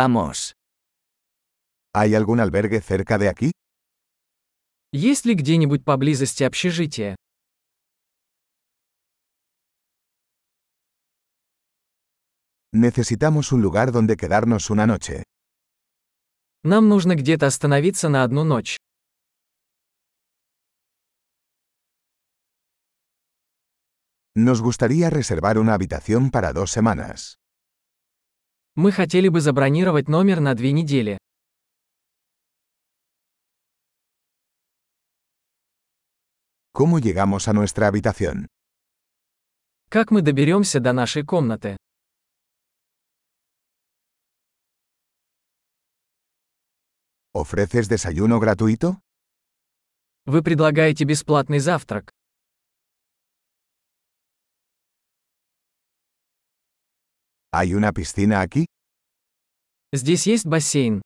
Vamos. ¿Hay algún albergue cerca de aquí? Есть ли где-нибудь поблизости общежитие? Necesitamos un lugar donde quedarnos una noche. Нам нужно где-то остановиться на одну ночь. Nos gustaría reservar una habitación para dos semanas. Мы хотели бы забронировать номер на две недели. ¿Cómo llegamos a nuestra habitación? Как мы доберемся до нашей комнаты? ¿Ofreces desayuno gratuito? Вы предлагаете бесплатный завтрак. ¿Hay una piscina aquí? Здесь есть бассейн.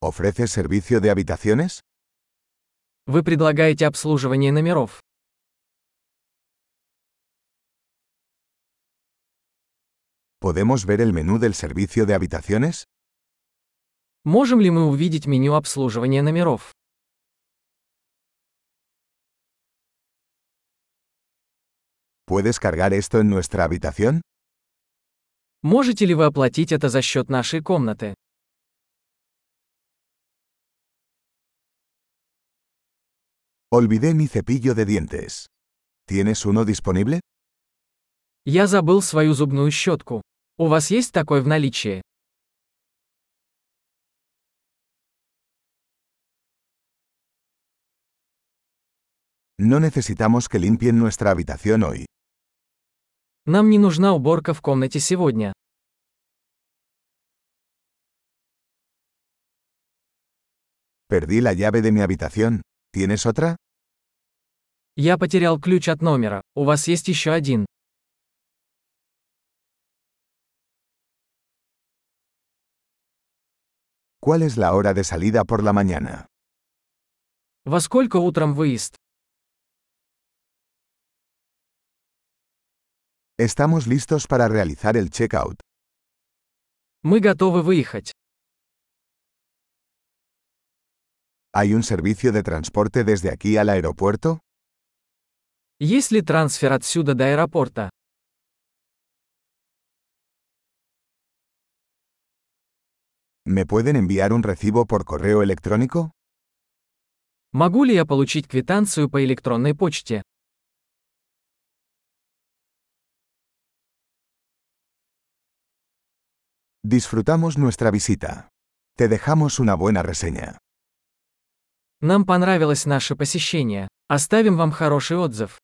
¿Ofreces servicio de habitaciones? Вы предлагаете обслуживание номеров. ¿Podemos ver el menú del servicio de habitaciones? Можем ли мы увидеть меню обслуживания номеров? ¿Puedes cargar esto en nuestra habitación? Можете ли вы оплатить это за счет нашей комнаты? Olvidé mi cepillo de dientes. ¿Tienes uno disponible? Я забыл свою зубную щетку. У вас есть такой в наличии? No necesitamos que limpien nuestra habitación hoy. Нам не нужна уборка в комнате сегодня. Perdí la llave de mi habitación. ¿Tienes otra? Я потерял ключ от номера. У вас есть еще один. ¿Cuál es la hora de salida por la mañana? Во сколько утром выезд? Estamos listos para realizar el checkout. Мы готовы выехать. ¿Hay un servicio de transporte desde aquí al aeropuerto? Есть ли трансфер отсюда до аэропорта? ¿Me pueden enviar un recibo por correo electrónico? Могу ли я получить квитанцию по электронной почте? Disfrutamos nuestra visita. Te dejamos una buena reseña. Нам понравилось наше посещение. Оставим вам хороший отзыв.